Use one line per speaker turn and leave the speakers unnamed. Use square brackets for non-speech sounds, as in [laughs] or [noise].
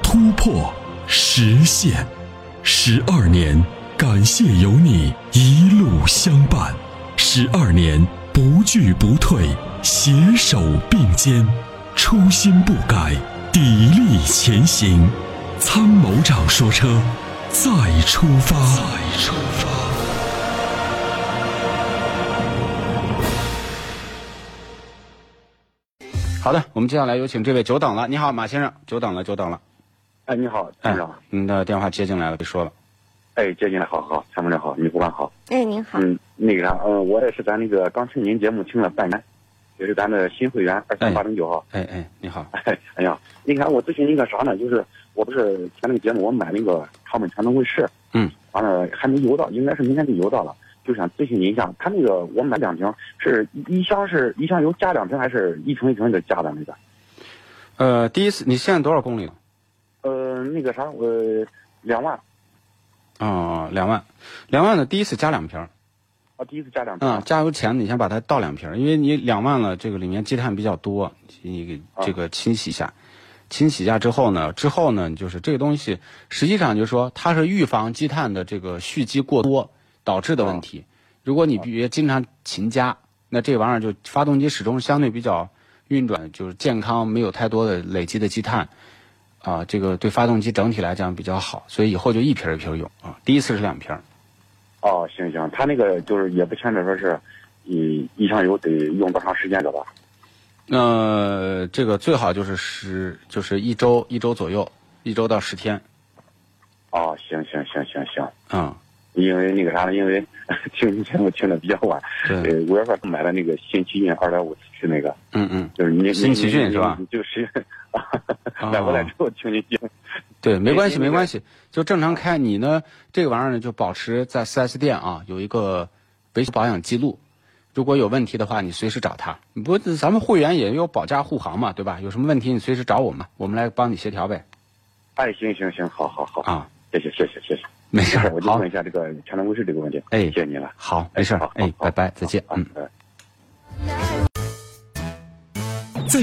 突破、实现，十二年，感谢有你一路相伴，十二年不惧不退，携手并肩，初心不改，砥砺前行。”参谋长说：“车，再出发。”再出发。
好的，我们接下来有请这位久等了。你好，马先生，久等了，久等了。
哎，你好，参谋长。
您的电话接进来了，别说了。
哎，接进来，好好，参谋长好，女伙伴好。
哎，您好，
嗯，那个啥，呃，我也是咱那个刚听您节目听了半年，也是咱的新会员二三八零九号。
哎哎，你好，
哎哎呀，那个啥，我咨询一个啥呢？就是我不是前那个节目我买那个长本全能卫士，
嗯，
完了还没邮到，应该是明天就邮到了，就想咨询您一下，他那个我买两瓶，是一箱是一箱油加两瓶，还是一瓶一瓶的加的那个？
呃，第一次你现在多少公里了？
呃，那个啥，我、呃、两万
哦，两万，两万的第一次加两瓶儿。
啊，第一次加两瓶。
嗯，加油前你先把它倒两瓶儿，因为你两万了，这个里面积碳比较多，你给这个清洗一下。清洗一下之后呢，之后呢，就是这个东西，实际上就是说它是预防积碳的这个蓄积过多导致的问题。如果你别经常勤加，那这玩意儿就发动机始终相对比较运转，就是健康，没有太多的累积的积碳。啊，这个对发动机整体来讲比较好，所以以后就一瓶儿一瓶儿用啊。第一次是两瓶儿，
哦，行行，他那个就是也不牵扯说是，一一箱油得用多长时间的吧？
那、这个最好就是十，就是一周一周左右，一周到十天。
哦，行行行行行，
嗯，
因为那个啥呢，因为 [laughs] 听您节目听的比较晚，呃
对，，
五月份买了那个新奇骏二点五 T 那个，
嗯嗯，
就是您
新奇骏是吧？
您就是
啊
买回来之后听您节目，
对，没关系
因为
没关系，就正常开。你呢，这个玩意儿呢就保持在 4S 店啊有一个维修保养记录，如果有问题的话，你随时找他。你不，咱们会员也有保驾护航嘛，对吧？有什么问题你随时找我们，我们来帮你协调呗。
哎，行行行，好好好，
啊，
谢谢谢谢谢谢，
没事儿
我，就
好
问一，下这个全能卫士这个问题，
哎
谢谢您了，
好，没事儿
好，
哎，
好
拜拜，
好
再见，
好
嗯。
哎
在